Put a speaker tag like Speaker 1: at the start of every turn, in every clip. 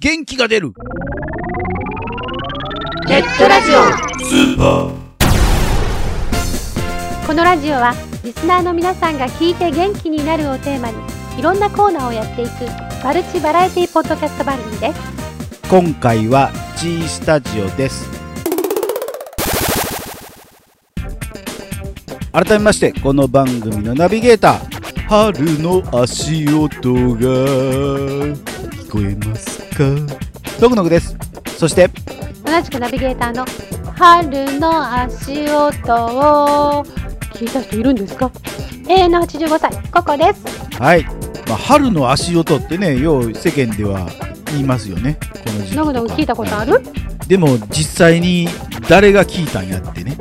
Speaker 1: 元気が出る
Speaker 2: ネットラジオこのラジオはリスナーの皆さんが聞いて元気になるをテーマにいろんなコーナーをやっていくマルチバラエティポッドキャスト番組です
Speaker 3: 今回は G スタジオです改めましてこの番組のナビゲーター春の足音が聞こえますかドクノクですそして
Speaker 2: 同じくナビゲーターの春の足音を聞いた人いるんですか永遠の85歳ココです
Speaker 3: はい、まあ、春の足音ってねよう世間では言いますよねこの時期
Speaker 2: ノグノグ聞いたことある
Speaker 3: でも実際に誰が聞いたんやってね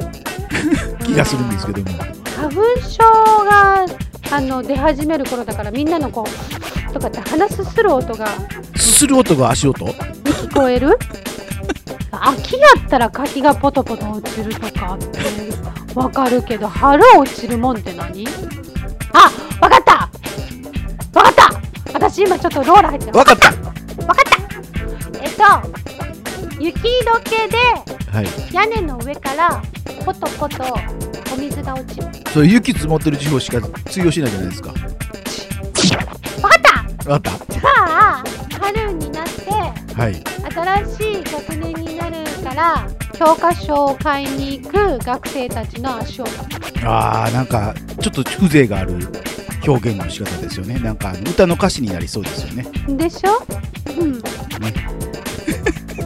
Speaker 3: 気がするんですけども
Speaker 2: 花粉症があの出始める頃だからみんなのこうとかって話すする音が
Speaker 3: すする音が足音
Speaker 2: 聞こえる秋やったら柿がポトポト落ちるとかってわかるけど春落ちるもんって何あわかったわかった私今ちょっとローラ入ってるわ
Speaker 3: わかった
Speaker 2: かったえっと雪解けで
Speaker 3: はい
Speaker 2: 屋根の上からポトポトお水が落ちる
Speaker 3: そう雪積もってる地方しか通用しないじゃないですか。
Speaker 2: わかった
Speaker 3: わかっ
Speaker 2: じゃあ春になって
Speaker 3: た。はい。
Speaker 2: 新しい学年になるから教科書を買いに行く学生たちの足音
Speaker 3: ああなんかちょっと風情がある表現の仕方ですよね。なんかあの歌の歌詞になりそうですよね。
Speaker 2: でしょうん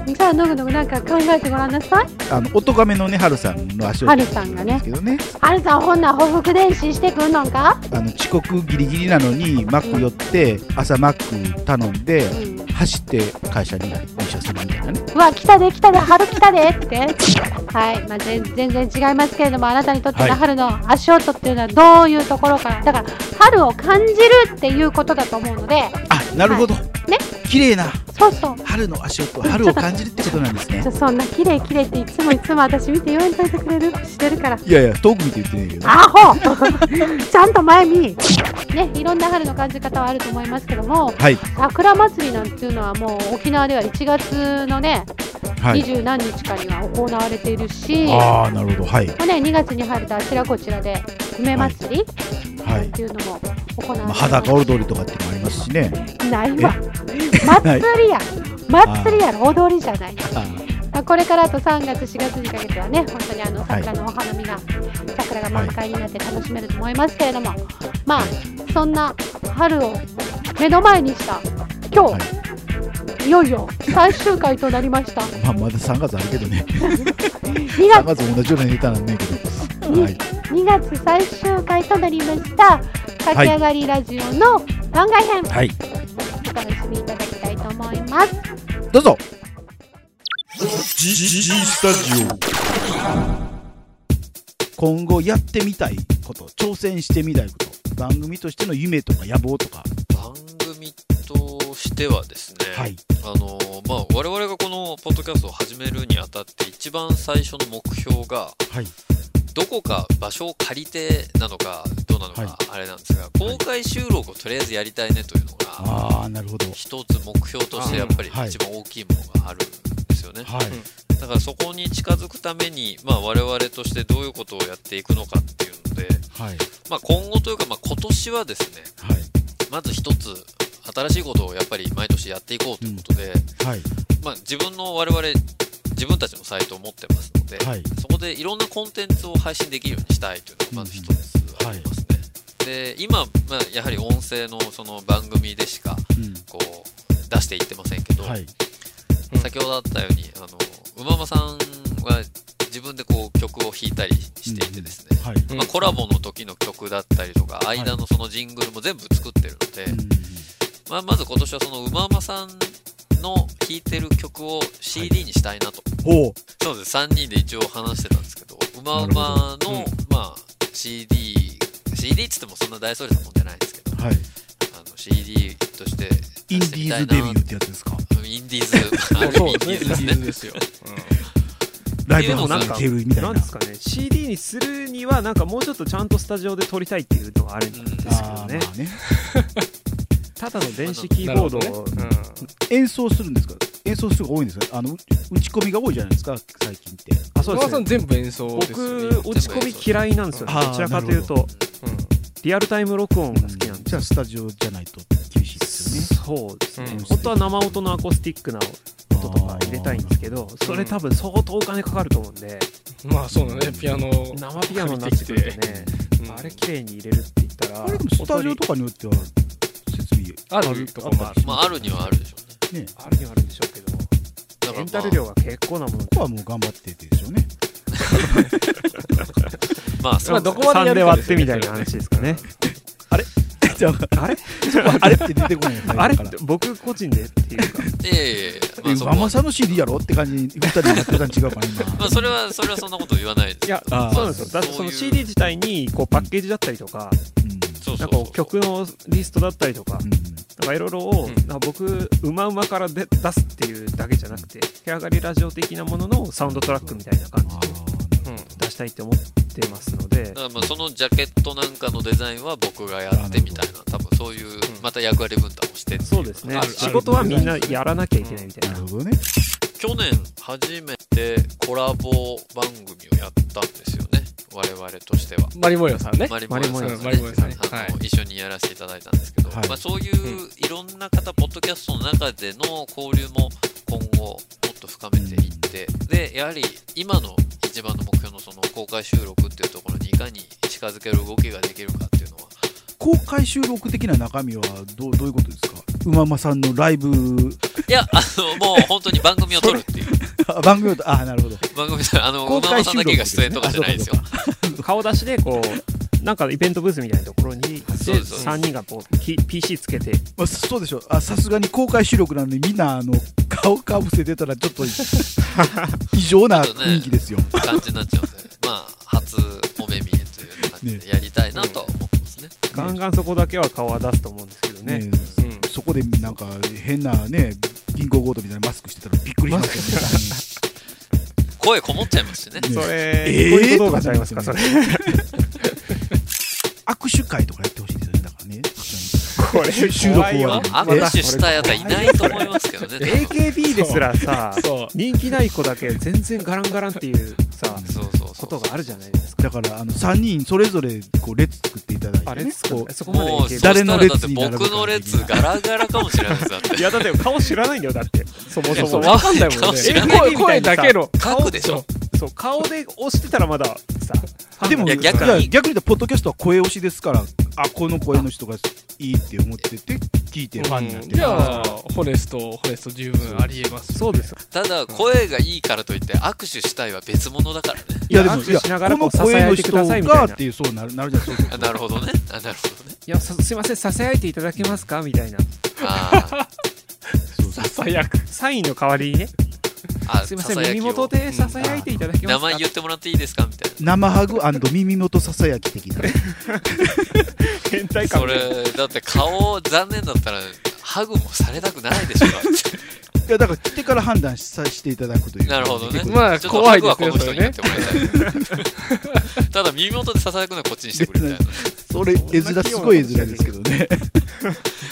Speaker 2: じゃあのぐのぐなんか考えてごらんなさい
Speaker 3: あの音亀のね春さんの足音
Speaker 2: 春さんがね
Speaker 3: ですけどね。
Speaker 2: あるさんほんならほふく電子してくんのんか
Speaker 3: あの遅刻ギリギリなのにマック寄って朝マック頼んで
Speaker 2: うん
Speaker 3: 走って会社に入社するみたいなね。
Speaker 2: うわ来たで来たで春来たでってはい、まあ、全全然違いますけれどもあなたにとって
Speaker 3: はい
Speaker 2: の春の足音っていうのはどういうところから、だから春を感じるっていうことだと思うので
Speaker 3: あなるほど。
Speaker 2: ね。
Speaker 3: 綺麗な
Speaker 2: そうそう
Speaker 3: 春の足音春を感じるってことなんですね
Speaker 2: じゃ。そんな綺麗綺麗っていつもいつも私見て言わんといてくれるしてるから
Speaker 3: いやいや遠く見て言ってないけど。
Speaker 2: アホ ちゃんと前見ねいろんな春の感じ方はあると思いますけども
Speaker 3: はい
Speaker 2: 桜祭りなんていうのはもう沖縄では1月のね
Speaker 3: は
Speaker 2: 二
Speaker 3: い。
Speaker 2: 十、何日かには行われているしも
Speaker 3: ああなるほどはい。
Speaker 2: うね2月に入るとあちらこちらで梅祭り
Speaker 3: は
Speaker 2: っ
Speaker 3: い。
Speaker 2: ていうのも行われています、
Speaker 3: まあ、裸踊りとかってのもありますしね。
Speaker 2: ないわ
Speaker 3: ない
Speaker 2: 祭りや祭りやろ踊りじゃないまあこれからあと3月、4月にかけてはね、本当にあの
Speaker 3: はい
Speaker 2: 桜のお花見が、桜が満開になって楽しめると思いますけれども、まあ、そんな春を目の前にした今日、、
Speaker 3: はい
Speaker 2: よいよ最終回となりました。
Speaker 3: まあ、まだ3月あるけどね。
Speaker 2: 2
Speaker 3: 3
Speaker 2: 月
Speaker 3: 月も同じようなネタなんねんけど。はい。
Speaker 2: 2月最終回となりました、駆け上がりラジオの番外編、
Speaker 3: はい。
Speaker 2: お楽しみいただきたいと思います。
Speaker 3: どうぞ
Speaker 4: G, G, G Stadio.
Speaker 3: 今後やってみたいこと、挑戦してみたいこと、番組としての夢とか野望とか。
Speaker 5: 番組としてはですね、
Speaker 3: はい。
Speaker 5: あのまあ、我々がこのポッドキャストを始めるにあたって一番最初の目標が
Speaker 3: はい。
Speaker 5: どこか場所を借りてなのかどうなの
Speaker 3: はい
Speaker 5: かあれなんですが、公開収録をとりあえずやりたいねというのが
Speaker 3: ああ、なるほど。
Speaker 5: 一つ目標としてやっぱり
Speaker 3: はい
Speaker 5: 一番大きいものがあるんですよね、
Speaker 3: はい。
Speaker 5: だからそこに近づくために、まあ、我々としてどういうことをやっていくのかっていうので、
Speaker 3: はい。
Speaker 5: まあ、今後というか、まあ、今年はですね
Speaker 3: はい。
Speaker 5: まず一つ新しいことをやっぱり毎年やっていこうということで、
Speaker 3: はい。
Speaker 5: まあ、自分の我々自分たちのサイトを持ってますので、
Speaker 3: はい。
Speaker 5: そこでいろんなコンテンツを配信できるようにしたいというのがまず一つありますね、で今、まあ、やはり音声のその番組でしか
Speaker 3: う
Speaker 5: こう出していってませんけど、
Speaker 3: ん。はい。
Speaker 5: 先ほどあったようにあのうままさんは自分でこう曲を弾いたりしていてですね、
Speaker 3: はい。
Speaker 5: まあ、コラボの時の曲だったりとか間のそのジングルも全部作ってるので、
Speaker 3: うん
Speaker 5: まあ、まず今年はそのうままさんの弾いてる曲を CD にしたいなと、
Speaker 3: ほう。
Speaker 5: そうです3人で一応話してたんですけどうままの、まあ、CD CD っつってもそんな大それたもんじゃないんですけど
Speaker 3: はい。
Speaker 5: あの CD として
Speaker 3: インディーズデビューってやつですか。
Speaker 5: ーインディー ズある意味インディーズですね
Speaker 6: ですよ。
Speaker 3: ライブハウスに行けるみたい
Speaker 6: な
Speaker 3: なん
Speaker 6: で。すかね、CD にするには、なんかもうちょっとちゃんとスタジオで撮りたいっていうのがあるんですけ
Speaker 3: あ
Speaker 6: ど
Speaker 3: ー
Speaker 6: ね
Speaker 3: ま、あね。
Speaker 6: ただの電子キーボードを、
Speaker 3: 演奏するんですか演奏数が多いんですよあのう打ち込みが多いじゃないですか最近って
Speaker 6: あそう
Speaker 1: 小川
Speaker 6: です
Speaker 1: さん
Speaker 6: ね
Speaker 1: 全部演奏ですよね
Speaker 6: 僕落ち込み嫌いなんですよね
Speaker 7: あー
Speaker 6: どちらかという
Speaker 7: な
Speaker 6: と
Speaker 1: うん
Speaker 6: リアルタイム録音が好きなんで
Speaker 3: じゃあスタジオじゃないと厳しいですよね
Speaker 6: そうですね、
Speaker 1: うん
Speaker 6: 本当は生音のアコースティックな音とか入れたいんですけどそれ多分相当お金かかると思うんで
Speaker 1: まあそうだねピアノ、
Speaker 6: 生ピアノになってくるとね
Speaker 1: うん
Speaker 6: あれ綺麗に入れるって言ったら
Speaker 3: あれでもスタジオとかによっては設備
Speaker 1: あるとこもある
Speaker 5: まああるにはあるでしょうね
Speaker 6: あるにはあるんでしょうけど
Speaker 5: だから、まあ、
Speaker 6: レンタル料が結構なもの
Speaker 3: ここはもう頑張っててでしょう ね
Speaker 5: まあそう
Speaker 1: まあどこまでやるか
Speaker 6: 3で割ってみたいな話ですかね
Speaker 3: じゃあ
Speaker 6: あれ
Speaker 3: あれって出てこないよ
Speaker 6: あれ
Speaker 3: だから
Speaker 6: 僕個人でっていうか
Speaker 5: いやいやいやまあそこ
Speaker 3: マ
Speaker 5: は
Speaker 3: マさんの CD やろって感じに2人でやってたん違うかな今
Speaker 5: まあそれはそれはそんなこと言わないです
Speaker 6: いやそう
Speaker 3: あー
Speaker 6: なんですよだってその CD 自体にこうパッケージだったりとか
Speaker 3: う
Speaker 5: そうそ
Speaker 6: な
Speaker 5: うんそ
Speaker 6: かこ
Speaker 5: う
Speaker 6: う曲のリストだったりとか
Speaker 3: ん
Speaker 6: なんかいろいろを
Speaker 1: うん
Speaker 6: なんか僕うまうまからで出すっていうだけじゃなくて部屋上がりラジオ的なもののサウンドトラックみたいな感じ
Speaker 3: あ
Speaker 6: で出したいって思ってますので
Speaker 5: だからまあそのジャケットなんかのデザインは僕がやってみたいな多分そういうまた役割分担をしてってい
Speaker 6: そうですね
Speaker 1: ある
Speaker 6: 仕事はみんなやらなきゃいけないみ
Speaker 3: ー
Speaker 6: たい
Speaker 3: な
Speaker 6: な
Speaker 3: るほどね
Speaker 5: 去年初めてコラボ番組をやったんですよね我々としては
Speaker 1: マリモリオさんね
Speaker 5: マリモリさんとね
Speaker 1: マリモリさんね
Speaker 5: あの
Speaker 1: はい
Speaker 5: 一緒にやらせていただいたんですけど、
Speaker 3: はい
Speaker 5: まあ、そういういろんな方ポッドキャストの中での交流も今後もっと深めていってでやはり今の一番の目標のその公開収録っていうところにいかに近づける動きができるかっていうのは
Speaker 3: 公開収録的な中身はどうどういうことですかうままさんのライ ブ
Speaker 5: いやあのもう本当に番組を撮るって いう
Speaker 3: あ番組とあなるほど
Speaker 5: 番組じゃないあの
Speaker 3: 公
Speaker 5: 馬場
Speaker 3: 開
Speaker 5: さ
Speaker 3: 収
Speaker 5: んだ
Speaker 3: 録
Speaker 5: けが出演とかじゃないですよ
Speaker 6: 顔出しでこうなんかイベントブースみたいなところに
Speaker 5: そうです
Speaker 6: 3人がこうピ PC つけて
Speaker 3: まあ、そうでしょうあさすがに公開収録なのにみんなあの顔 かぶせてたらちょっ と異常な雰囲気ですよ、
Speaker 5: 感じになっちゃうんでまあ初お目見えという感じでやりたいなとは思ってますね
Speaker 6: ガンガンそこだけは顔は出すと思うんですけどね
Speaker 3: ね
Speaker 1: うん
Speaker 3: そこでなんか変なね銀行強盗みたいなマスクしてたらびっくりし ます
Speaker 5: 声こもっちゃいますしね
Speaker 3: よね
Speaker 6: そ
Speaker 3: ね
Speaker 6: れ、
Speaker 3: えー
Speaker 6: こういう動画ちゃいますか、それ。
Speaker 3: 握手会とかやってほしいですよねだからね
Speaker 6: これ、
Speaker 3: 収録終わ
Speaker 5: ま
Speaker 3: り
Speaker 5: あ握手したやつはいないと思いますけどね
Speaker 6: AKB ですらさ、
Speaker 1: そう
Speaker 6: 人気ない子だけ全然ガランガランっていうさ、
Speaker 5: そうそうそう
Speaker 6: ことがあるじゃないですか。
Speaker 3: だからあの3人それぞれこう列作っていただい
Speaker 6: あ
Speaker 3: て、
Speaker 6: れ
Speaker 3: ね、
Speaker 6: ですか
Speaker 3: こう
Speaker 6: そこまで
Speaker 5: もう
Speaker 6: AKB
Speaker 5: そした
Speaker 3: 誰
Speaker 5: らだって
Speaker 3: の列に並ぶか
Speaker 5: 僕の列ガラガラかもしれないですだって
Speaker 6: いや、だって顔知らないんだよ、だって。そもそ
Speaker 1: そう
Speaker 6: も。
Speaker 1: わかんないもんね
Speaker 5: 知ら
Speaker 6: ない
Speaker 1: 声声だけの
Speaker 5: 書くでしょ
Speaker 6: そう、顔で押してたらまださ、ファン
Speaker 3: でも
Speaker 5: いや
Speaker 3: 逆
Speaker 5: 逆に
Speaker 3: に逆に言ったらポッドキャストは声推しですからあこの声の人がいいって思ってて聞いてファンになってる
Speaker 1: じゃあホネストホネスト十分ありえます
Speaker 6: そうです。
Speaker 5: ただ声がいいからといって握手したいは別物だからね
Speaker 3: いやでも
Speaker 6: 握手しながらこ
Speaker 3: いや
Speaker 6: う
Speaker 3: この声の
Speaker 6: 支えて
Speaker 3: 人
Speaker 6: くださいみたい
Speaker 3: が
Speaker 6: な
Speaker 3: っていうそうなるなるじゃんそうそう
Speaker 5: あなるほどねあなるほどね
Speaker 6: いや、さすいません、ささやいていただけますかみたいな。
Speaker 5: あ
Speaker 1: ささやく
Speaker 6: サインの代わりにね、
Speaker 5: ーあ
Speaker 6: すいません、
Speaker 5: ささや
Speaker 6: 耳
Speaker 5: きを
Speaker 6: 元でささやいていただけます
Speaker 5: 名
Speaker 6: か
Speaker 5: 前言ってもらっていいですかみたい
Speaker 3: 生ハグ耳元ささやき的な
Speaker 6: 変態
Speaker 5: な
Speaker 6: 感
Speaker 5: それだって顔残念だったらハグもされたくないでしょだって
Speaker 3: いやだから来てから判断しさしていただくという
Speaker 5: なるほどね。
Speaker 3: 結構
Speaker 1: まあ
Speaker 5: ちょっと
Speaker 1: 怖いですね
Speaker 5: ハグはこの人にやってもらいたい。ただ、耳元でささやくのはこっちにしてくれみたいな。
Speaker 3: それ絵面すごい絵面ですけどね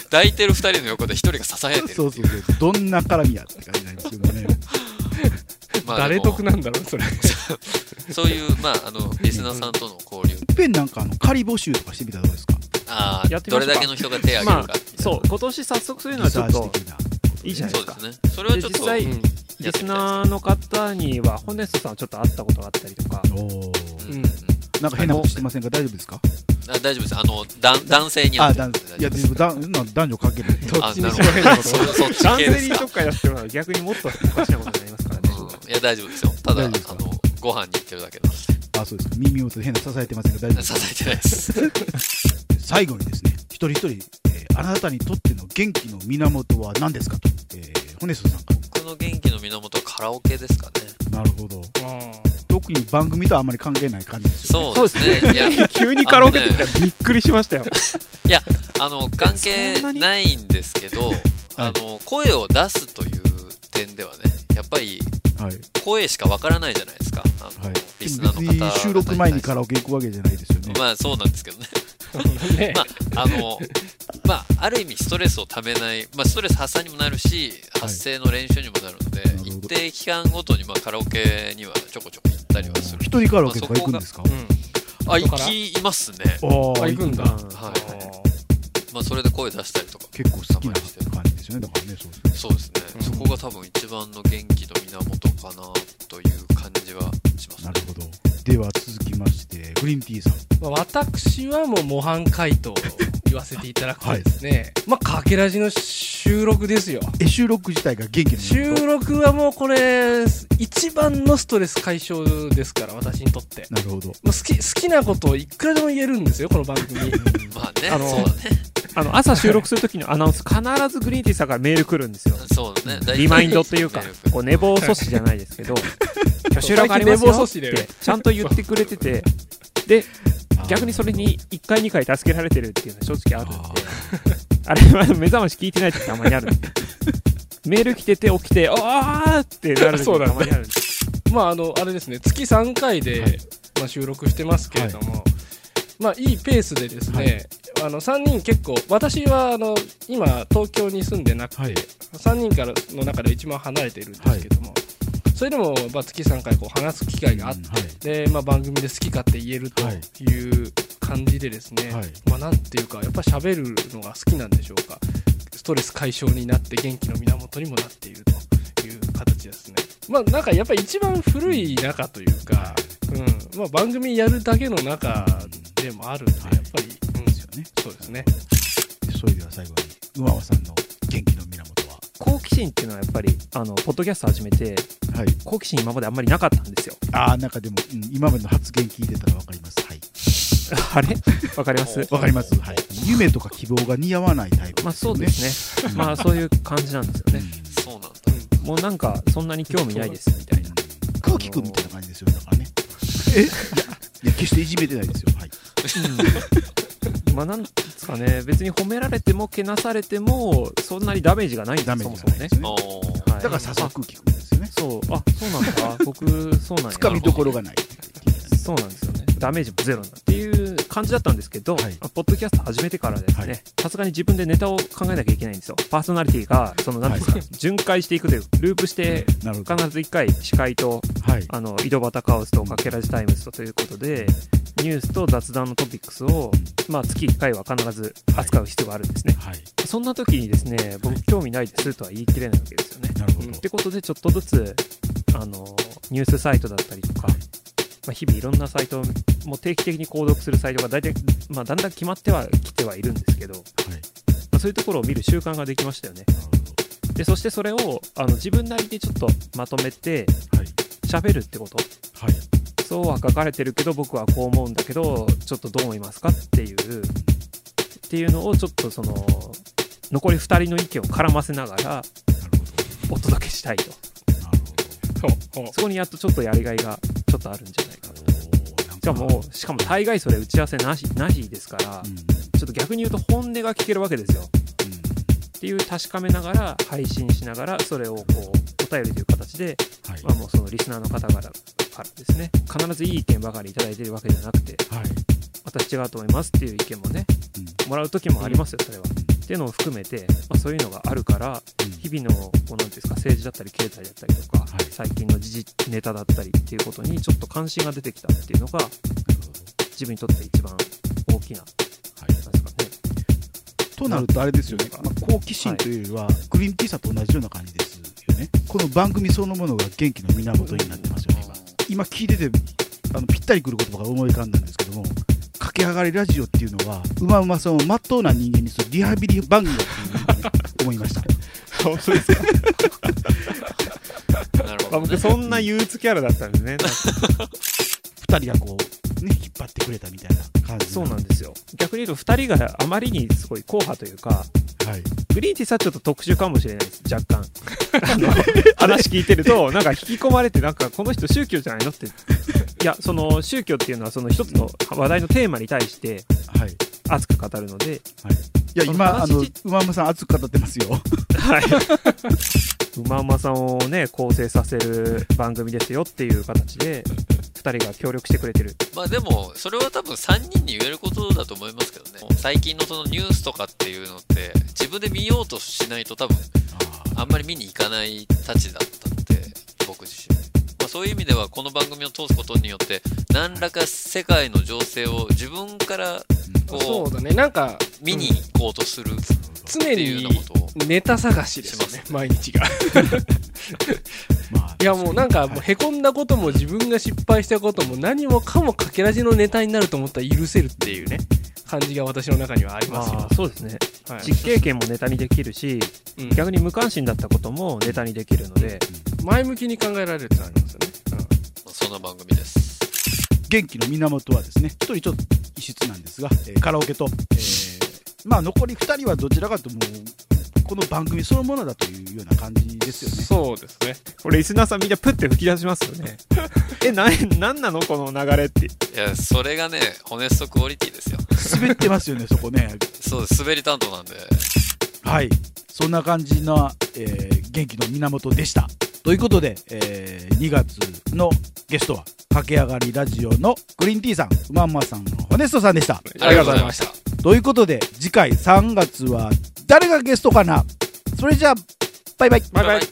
Speaker 5: 抱いてる二人の横で一人がささやいてるって い
Speaker 3: そうそうそうどんな絡みやって感じなんですけどね
Speaker 5: まあで
Speaker 1: 誰
Speaker 5: も
Speaker 1: 得なんだろうそれ
Speaker 5: そういう、まあ、あの、リスナーさんとの交流。
Speaker 3: いっぺんなんかあの仮募集とかしてみたらどうですか
Speaker 5: あ
Speaker 6: や
Speaker 5: あ、
Speaker 6: ってみま
Speaker 5: どれ
Speaker 6: しょうか
Speaker 5: だけの人が手を挙げるか
Speaker 6: ま
Speaker 5: みたいな。
Speaker 6: あ、そう、今年早速そういうの
Speaker 3: リ
Speaker 6: はち
Speaker 3: サ
Speaker 6: ょ
Speaker 3: ー
Speaker 6: っ
Speaker 3: チ
Speaker 6: と
Speaker 3: 的ない
Speaker 6: いじゃない
Speaker 5: そ
Speaker 6: で
Speaker 5: う
Speaker 6: す
Speaker 5: で
Speaker 6: か
Speaker 5: す。ね。それはちょっ
Speaker 6: で実
Speaker 5: と
Speaker 6: 際
Speaker 5: うん
Speaker 6: リ
Speaker 5: やって
Speaker 6: ス
Speaker 5: みたい
Speaker 6: ナーの方には、ホネストさんはちょっと会ったことがあったりとか、
Speaker 3: お
Speaker 5: です
Speaker 3: ー
Speaker 5: ね。
Speaker 1: うん
Speaker 5: うん
Speaker 3: なんか変なことしてませんか大丈夫ですか
Speaker 5: あ大丈夫です。あの、男男性に
Speaker 3: あ
Speaker 5: は。
Speaker 3: だんいやでもだんな男女関係ない
Speaker 1: どっ
Speaker 5: あ
Speaker 1: ち
Speaker 5: な
Speaker 1: に
Speaker 5: る
Speaker 1: しろ
Speaker 5: ほ
Speaker 1: 変なこ
Speaker 5: ど。
Speaker 1: と
Speaker 5: そそっち
Speaker 6: 男
Speaker 5: 系で
Speaker 6: 性
Speaker 5: す
Speaker 6: に
Speaker 5: か
Speaker 6: と。かやってもらうと逆にもっとおかしなことになりますからね。
Speaker 5: うんいや、大丈夫ですよ。た
Speaker 3: 大
Speaker 5: だ、あ
Speaker 3: 丈夫ですか
Speaker 5: の、ご飯に行ってるだけなん
Speaker 3: あそうですか耳元で変なささやいてませんか大丈夫
Speaker 5: で。
Speaker 3: です
Speaker 5: さ
Speaker 3: か
Speaker 5: さいてない です。
Speaker 3: 最後にですね一人一人、えーあなたにとっての元気の源は何ですかと、えー、ホネストさんか
Speaker 5: 僕の元気の源はカラオケですかね。
Speaker 3: らなるほど
Speaker 1: う
Speaker 3: 特に番組とはあまり関係ない感じですよね
Speaker 5: そうですね。いや、
Speaker 6: 急にカラオケって言ったらびっくりしまし たよ。
Speaker 5: いや、あの、関係ないんですけど、あの、声を出すという点ではね、やっぱり
Speaker 3: はい
Speaker 5: 声しかわからないじゃないですか。あの、
Speaker 3: はい
Speaker 5: リス
Speaker 3: で
Speaker 5: ナ
Speaker 3: も
Speaker 5: ー
Speaker 3: 別
Speaker 5: の方々
Speaker 3: に収録前にカラ
Speaker 5: オ
Speaker 3: オケ行くわけじゃないですよね、
Speaker 5: まあそうなんですけどね。
Speaker 1: んね
Speaker 5: まあ、あの、まあ、ある意味ストレスをためない、まあストレス発散にもなるし、発声の練習にもなるので、
Speaker 3: ほど
Speaker 5: 一定期間ごとにまあカラオケにはちょこちょこ行ったりはする。
Speaker 3: 一人カラオケとか行くんですか
Speaker 5: あ、
Speaker 1: 人か
Speaker 5: 行
Speaker 1: ら
Speaker 5: きますね。
Speaker 3: あー
Speaker 1: あ行くんだ。
Speaker 5: はいまあ、それで声出したりとか。
Speaker 3: 結構好きな感じですよねだからねそうですね
Speaker 5: そうですね、
Speaker 1: うん
Speaker 5: そこが多分一番の元気の源かなという感じはしますね
Speaker 3: なるほどでは続きましてグリーンティーさん
Speaker 7: まあ私はもう模範解答を言わせていただくとですね、まあかけらじの収録ですよ
Speaker 3: え収録自体が元気の
Speaker 7: 収
Speaker 3: 源
Speaker 7: 録はもうこれ一番のストレス解消ですから私にとって
Speaker 3: なるほど
Speaker 7: もう好き好きなことをいくらでも言えるんですよこの番組
Speaker 5: まあね、
Speaker 6: あの
Speaker 5: そうだね。
Speaker 6: あの朝収録するときのアナウンス必ずグリーンティーさんからメール来るんですよ
Speaker 5: そうだね。 大体
Speaker 6: リマインドというか
Speaker 5: メール来る
Speaker 6: こう寝坊阻止じゃないですけど今日収録ありま
Speaker 1: 最
Speaker 6: す
Speaker 1: 近寝坊阻
Speaker 6: よっ
Speaker 1: 止だよね
Speaker 6: てちゃんと言ってくれて てで逆にそれに1回2回助けられてるっていうのは正直あるんで あれは目覚まし聞いてないってたまにある んでメール来てて起きてああってなる時
Speaker 1: そうだ
Speaker 6: た
Speaker 1: ね
Speaker 6: まにあるんで
Speaker 7: まああのあれですね月3回で、まあ、収録してますけれども、まあいいペースでですね、あの3人結構私はあの今東京に住んでなくて、
Speaker 3: はい
Speaker 7: 3人からの中で一番離れているんですけども、それでも、まあ、月3回こう話す機会があって、でまあ、番組で好き勝手言えると
Speaker 3: はい
Speaker 7: いう感じでですね、
Speaker 3: はい
Speaker 7: まあ、なんていうかやっぱ喋るのが好きなんでしょうかストレス解消になって元気の源にもなっているという形ですねまあなんかやっぱ一番古い中というか、うんまあ、番組やるだけの中でもあるんでやっぱり、うん
Speaker 3: ですよね
Speaker 7: そうですね
Speaker 3: それでは最後に馬場さんの元気の源は
Speaker 6: 好奇心っていうのはやっぱりあのポッドキャスト始めて
Speaker 3: はい
Speaker 6: 好奇心今まであんまりなかったんですよ
Speaker 3: ああなんかでも、うん今までの発言聞いてたらわかりますはい
Speaker 6: あれわかります
Speaker 3: わかりますはい夢とか希望が似合わないタイプ
Speaker 6: まあそう
Speaker 3: よ
Speaker 6: です ねまあそういう感じなんですよね
Speaker 5: そうなんだ。
Speaker 6: もうなんかそんなに興味ないですみたいな
Speaker 3: うん空気くんみたいな感じですよねだからねえいやいや決していじめてないですよはい
Speaker 6: まあなんですかね別に褒められてもけなされてもそんなにダメージがないんです
Speaker 3: ダメー
Speaker 6: そも
Speaker 3: ジ
Speaker 6: そ
Speaker 3: がな
Speaker 6: も
Speaker 3: いで
Speaker 6: ね
Speaker 3: す、よね
Speaker 5: おー
Speaker 6: はい
Speaker 3: だから笹空気くんですよね
Speaker 6: そうあそ うなんだ僕そうなんや
Speaker 3: つかみどころがない
Speaker 6: そうなんですよねダメージもゼロなんだっていう感じだったんですけど、
Speaker 3: はい
Speaker 6: まあポッドキャスト始めてからです
Speaker 3: はい
Speaker 6: ねさすがに自分でネタを考えなきゃいけないんですよパーソナリティがその何ですか、巡回していくというループして
Speaker 3: なるほど
Speaker 6: 必ず1回司会と
Speaker 3: はい
Speaker 6: あの井戸端カオスとかけらじタイムズとということでニュースと雑談のトピックスを、まあ、月1回は必ず扱う必要があるんですね、
Speaker 3: はい
Speaker 6: そんな時にですね僕興味ないですとは言い切れないわけですよね
Speaker 3: なるほど
Speaker 6: ってことでちょっとずつあのニュースサイトだったりとか、まあ、日々いろんなサイトをもう定期的に購読するサイトが大体、まあ、だんだん決まってはきてはいるんですけど、ま
Speaker 3: はい
Speaker 6: あそういうところを見る習慣ができましたよね
Speaker 3: なるほ
Speaker 6: でそしてそれをあの自分なりにちょっとまとめて
Speaker 3: どはい
Speaker 6: 喋るってこと
Speaker 3: はい
Speaker 6: そうは書かれてるけど僕はこう思うんだけどちょっとどう思いますかっていうっていうのをちょっとその残り2人の意見を絡ませながら
Speaker 3: なるほど
Speaker 6: お届けしたいと
Speaker 3: なるほど
Speaker 1: ほうほう
Speaker 6: そこにやっとちょっとやりがいがちょっとあるんじゃないかと
Speaker 3: し
Speaker 6: しかもしかも大概それ打ち合わせなしなしですから、
Speaker 3: うん
Speaker 6: ちょっと逆に言うと本音が聞けるわけですよっていう確かめながら配信しながらそれをこうお便りという形で、
Speaker 3: はい
Speaker 6: まあ、もうそのリスナーの方々からですね必ずいい意見ばかりいただいてるわけじゃなくて
Speaker 3: はい
Speaker 6: 私違うと思いますっていう意見もねもらう時もありますよそれは、っていうのを含めて、まあ、そういうのがあるから
Speaker 3: うん
Speaker 6: 日々のこうなんていうんですか政治だったり経済だったりとか、
Speaker 3: はい
Speaker 6: 最近の時事ネタだったりっていうことにちょっと関心が出てきたっていうのが
Speaker 3: なるほど
Speaker 6: 自分にとって一番大きな
Speaker 3: はい
Speaker 6: なんですかね
Speaker 3: となるとあれですよね、まあ、好奇心というよりは、グリーンティーさんと同じような感じですよねこの番組そのものが元気の源になってますよね今今聞いててあのぴったりくる言葉が思い浮かんだんですけども駆け上がりラジオっていうのはうまうまさんをまっとうな人間にするリハビリ番組だというふうに思いました
Speaker 6: 本当ですか
Speaker 5: なるほど、ね。
Speaker 6: そんな憂鬱キャラだったんですね
Speaker 3: 二人がこうね引っ張ってくれたみたいな感じ
Speaker 6: そうなんですよ逆に言うと2人があまりにすごい硬派というか
Speaker 3: はい
Speaker 6: グリーンティーさんちょっと特殊かもしれないです若 干あの話聞いてるとなんか引き込まれてなんかこの人宗教じゃないのっていやその宗教っていうのはその一つの話題のテーマに対して
Speaker 3: はいはい
Speaker 6: 熱く語るので
Speaker 3: いや
Speaker 6: その
Speaker 3: 今あ
Speaker 6: 話
Speaker 3: の
Speaker 6: 自
Speaker 3: うまうまさん熱く語ってますよ
Speaker 6: はいうまうまさんをね構成させる番組ですよっていう形で2人が協力してくれてる
Speaker 5: まあでも、それは多分3人に言えることだと思いますけどね。最近のそのニュースとかっていうのって、自分で見ようとしないと多分、
Speaker 3: あー
Speaker 5: あんまり見に行かないたちだったので僕自身も、まあ、そういう意味ではこの番組を通すことによって何らか世界の情勢を自分から
Speaker 7: そ
Speaker 5: こ
Speaker 7: うだねなんか
Speaker 5: う見に行こうとするって
Speaker 7: 常
Speaker 5: いう
Speaker 7: に
Speaker 5: ようなことを
Speaker 7: ネタ探しですよ
Speaker 5: し
Speaker 7: ね
Speaker 5: ま
Speaker 7: 毎日が
Speaker 3: まあ
Speaker 7: いやもうなんかもう
Speaker 3: はい
Speaker 7: へこんだことも自分が失敗したことも何もかもかけらじのネタになると思ったら許せるっていうね感じが私の中にはありますよ、
Speaker 6: ああそうですね
Speaker 7: はい
Speaker 6: 実経験もネタにできるし
Speaker 7: うん
Speaker 6: 逆に無関心だったこともネタにできるので
Speaker 7: 前向きに考えられるってのはありますよね、
Speaker 5: まあそんな番組です
Speaker 3: 元気の源はですね一人ちょっと異質なんですが、えーカラオケと、えーまあ残り2人はどちらかというともうこの番組そのものだというような感じですよね
Speaker 7: そうですね
Speaker 6: これリスナーさんみんなプッて吹き出しますよね えななんなのこの流れって
Speaker 5: いやそれがねホネストクオリティですよ
Speaker 3: 滑ってますよねそこね
Speaker 5: そうです滑り担当なんで
Speaker 3: はいそんな感じな、えー元気の源でしたということで、え2月のゲストは駆け上がりラジオのグリーンティーさんうまんまさんホネストさんでした
Speaker 5: ありがとうございました
Speaker 3: ということで次回3月は誰がゲストかなそれじゃあバイバイ
Speaker 5: バイバイ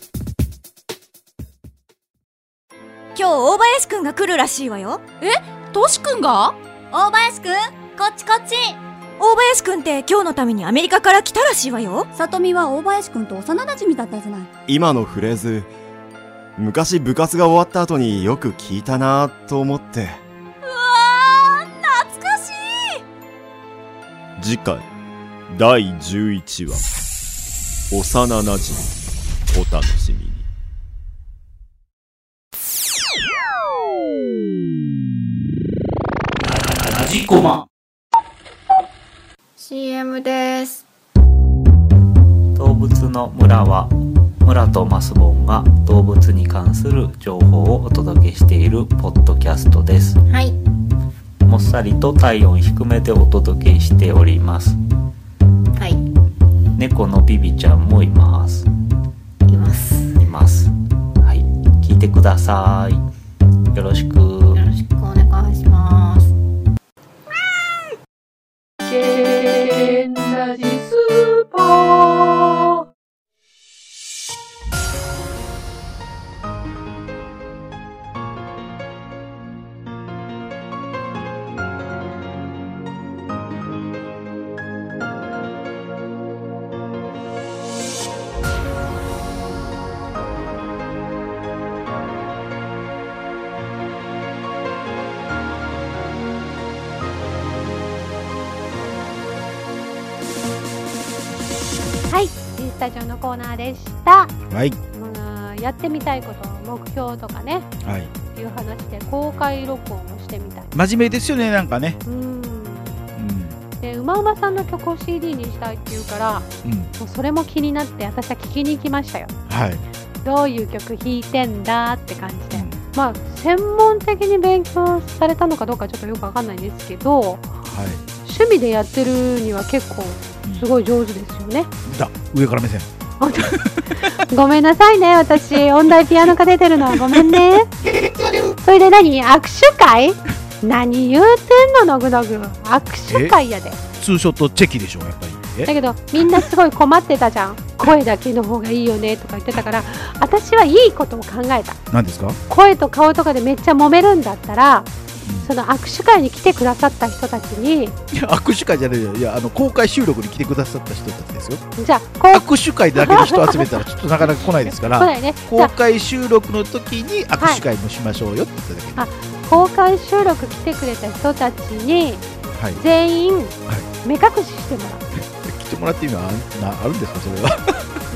Speaker 8: 今日大林くんが来るらしいわよ
Speaker 9: トシ君が
Speaker 8: 大林くんこっちこっち大林くんって今日のためにアメリカから来たらしいわよ
Speaker 9: さとみは大林くんと幼馴染だったじゃない
Speaker 10: 今のフレーズ昔部活が終わった後によく聞いたなと思って
Speaker 8: うわー懐かしい
Speaker 10: 次回第11話幼なじみお楽しみに
Speaker 4: ラジコマ
Speaker 9: CM です
Speaker 11: 動物の村は村とマスボンが動物に関する情報をお届けしているポッドキャストです
Speaker 9: はい
Speaker 11: もっさりと体温低めでお届けしております
Speaker 9: はいい
Speaker 11: 猫のビビちゃんもいます
Speaker 9: ます
Speaker 11: いますはい聞いてくださいよろしく
Speaker 9: よろしくお願いします
Speaker 2: はい、スタジオのコーナーでした。
Speaker 3: はい
Speaker 2: このやってみたいこと、目標とかね、
Speaker 3: はい
Speaker 2: いう話で公開録音をしてみたい。
Speaker 3: 真面目ですよねなんかね
Speaker 2: うん。
Speaker 3: う
Speaker 2: で、うまうまさんの曲を CD にしたいって言うから、
Speaker 3: ん、うん、
Speaker 2: もうそれも気になって私は聞きに行きましたよ。
Speaker 3: はい、
Speaker 2: どういう曲弾いてんだって感じで。まあ、専門的に勉強されたのかどうかちょっとよくわかんないですけど、
Speaker 3: は
Speaker 2: 趣味でやってるには結構すごい上手ですよね。
Speaker 3: いだ上から目線
Speaker 2: ごめんなさいね、私、音大ピアノ科出てるのはごめんね。それで何握手会何言うてんの、のぐのぐ。握手会やで。
Speaker 3: ツーショットチェキでしょやっぱりえ
Speaker 2: だけど、みんなすごい困ってたじゃん。声だけの方がいいよねとか言ってたから、私はいいことを考えた。
Speaker 3: 何ですか
Speaker 2: 声と顔とかでめっちゃ揉めるんだったら、その握手会に来てくださった人たちに、
Speaker 3: いや握手会じゃないよいやあの公開収録に来てくださった人たちですよ
Speaker 2: じゃあ、こう、
Speaker 3: 握手会だけの人集めた らちょっとなかなか来ないですか
Speaker 2: 来
Speaker 3: ら
Speaker 2: ないね。じ
Speaker 3: 公
Speaker 2: ゃあ、
Speaker 3: 開収録の時に握手会もしましょうよって言っただけで、
Speaker 2: あ公開収録来てくれた人たちに、
Speaker 3: はい
Speaker 2: 全員、目隠ししてもらう。
Speaker 3: 来てもらっていいのはあなあるんですかそれは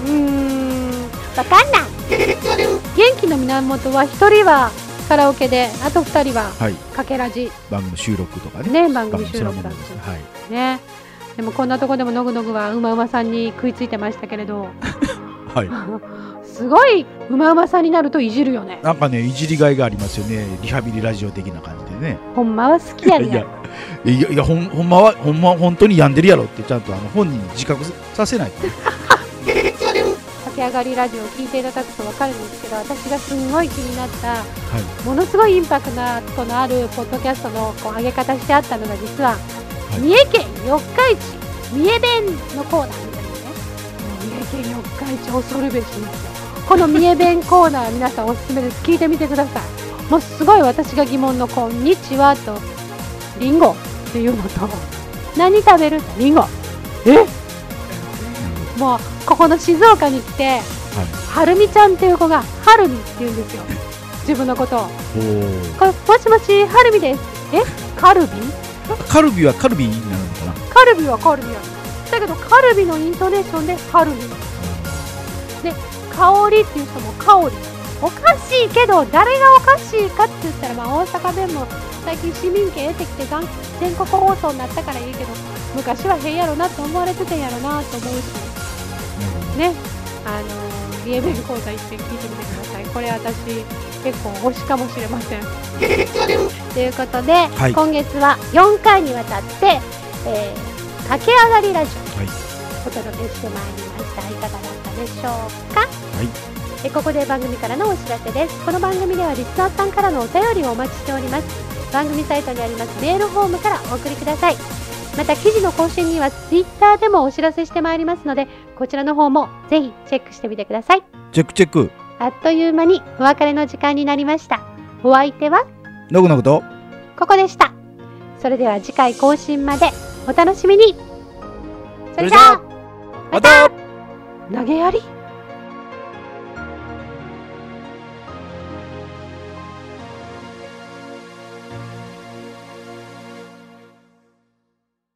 Speaker 2: うーん、わかんない。元気の源は一人はカラオケで、あと二人は
Speaker 3: はい
Speaker 2: かけらじ。
Speaker 3: 番組収録とかね
Speaker 2: ね、番
Speaker 3: 番
Speaker 2: 組
Speaker 3: 組
Speaker 2: 収
Speaker 3: その
Speaker 2: 録
Speaker 3: も
Speaker 2: だ
Speaker 3: の
Speaker 2: っ
Speaker 3: ですね
Speaker 2: た
Speaker 3: はい
Speaker 2: ね。でもこんなとこでものぐのぐはうまうまさんに食いついてましたけれど、
Speaker 3: はい
Speaker 2: すごいうまうまさんになるといじるよね。
Speaker 3: なんかねいじりがいがありますよねリハビリラジオ的な感じでね
Speaker 2: ほんまは好きや
Speaker 3: いや
Speaker 2: ね。
Speaker 3: いやいやほんほんまはほんまは本当に病んでるやろってちゃんとあの本人に自覚させないと
Speaker 2: 駆け上がりラジオを聞いていただくとわかるんですけど、私がすんごい気になった、
Speaker 3: はい
Speaker 2: ものすごいインパクトのあるポッドキャストのこう上げ方してあったのが実は、
Speaker 3: い
Speaker 2: 三重県四日市三重弁のコーナーみたいなね見欲会長恐るべしこの三重弁コーナー皆さんおすすめです聞いてみてくださいもうすごい私が疑問の「こんにちは」と「りんご」っていうのと「何食べる?」「りんご」えもうここの静岡に来てはるみちゃんっていう子が「はるみ」って言うんですよ自分のことを
Speaker 3: おー
Speaker 2: これもしもしはるみですえカルビ
Speaker 3: カルビはカルビになるのかな
Speaker 2: カルビはカルビやだけどカルビのイントネーションでカルビで香りっていう人も香りおかしいけど誰がおかしいかって言ったら、まあ、大阪でも最近市民権得てきてがん全国放送になったからいいけど昔は変やろなと思われてたんやろなと思うしねあのー、リエベン講座行って聞いてみてくださいこれ私結構推しかもしれませんということで、
Speaker 12: い
Speaker 2: 今月は4回にわたって、えー駆け上がりラジオ、お届けしてまいりましたいかがだったでしょうか、えここで番組からのお知らせですこの番組ではリスナーさんからのお便りをお待ちしております番組サイトにありますメールフォームからお送りくださいまた記事の更新にはツイッターでもお知らせしてまいりますのでこちらの方もぜひチェックしてみてください
Speaker 3: チェックチェック
Speaker 2: あっという間にお別れの時間になりましたお相手は
Speaker 3: ノグノグと
Speaker 2: ここでしたそれでは次回更新までお楽しみにそれじゃあまた投げやり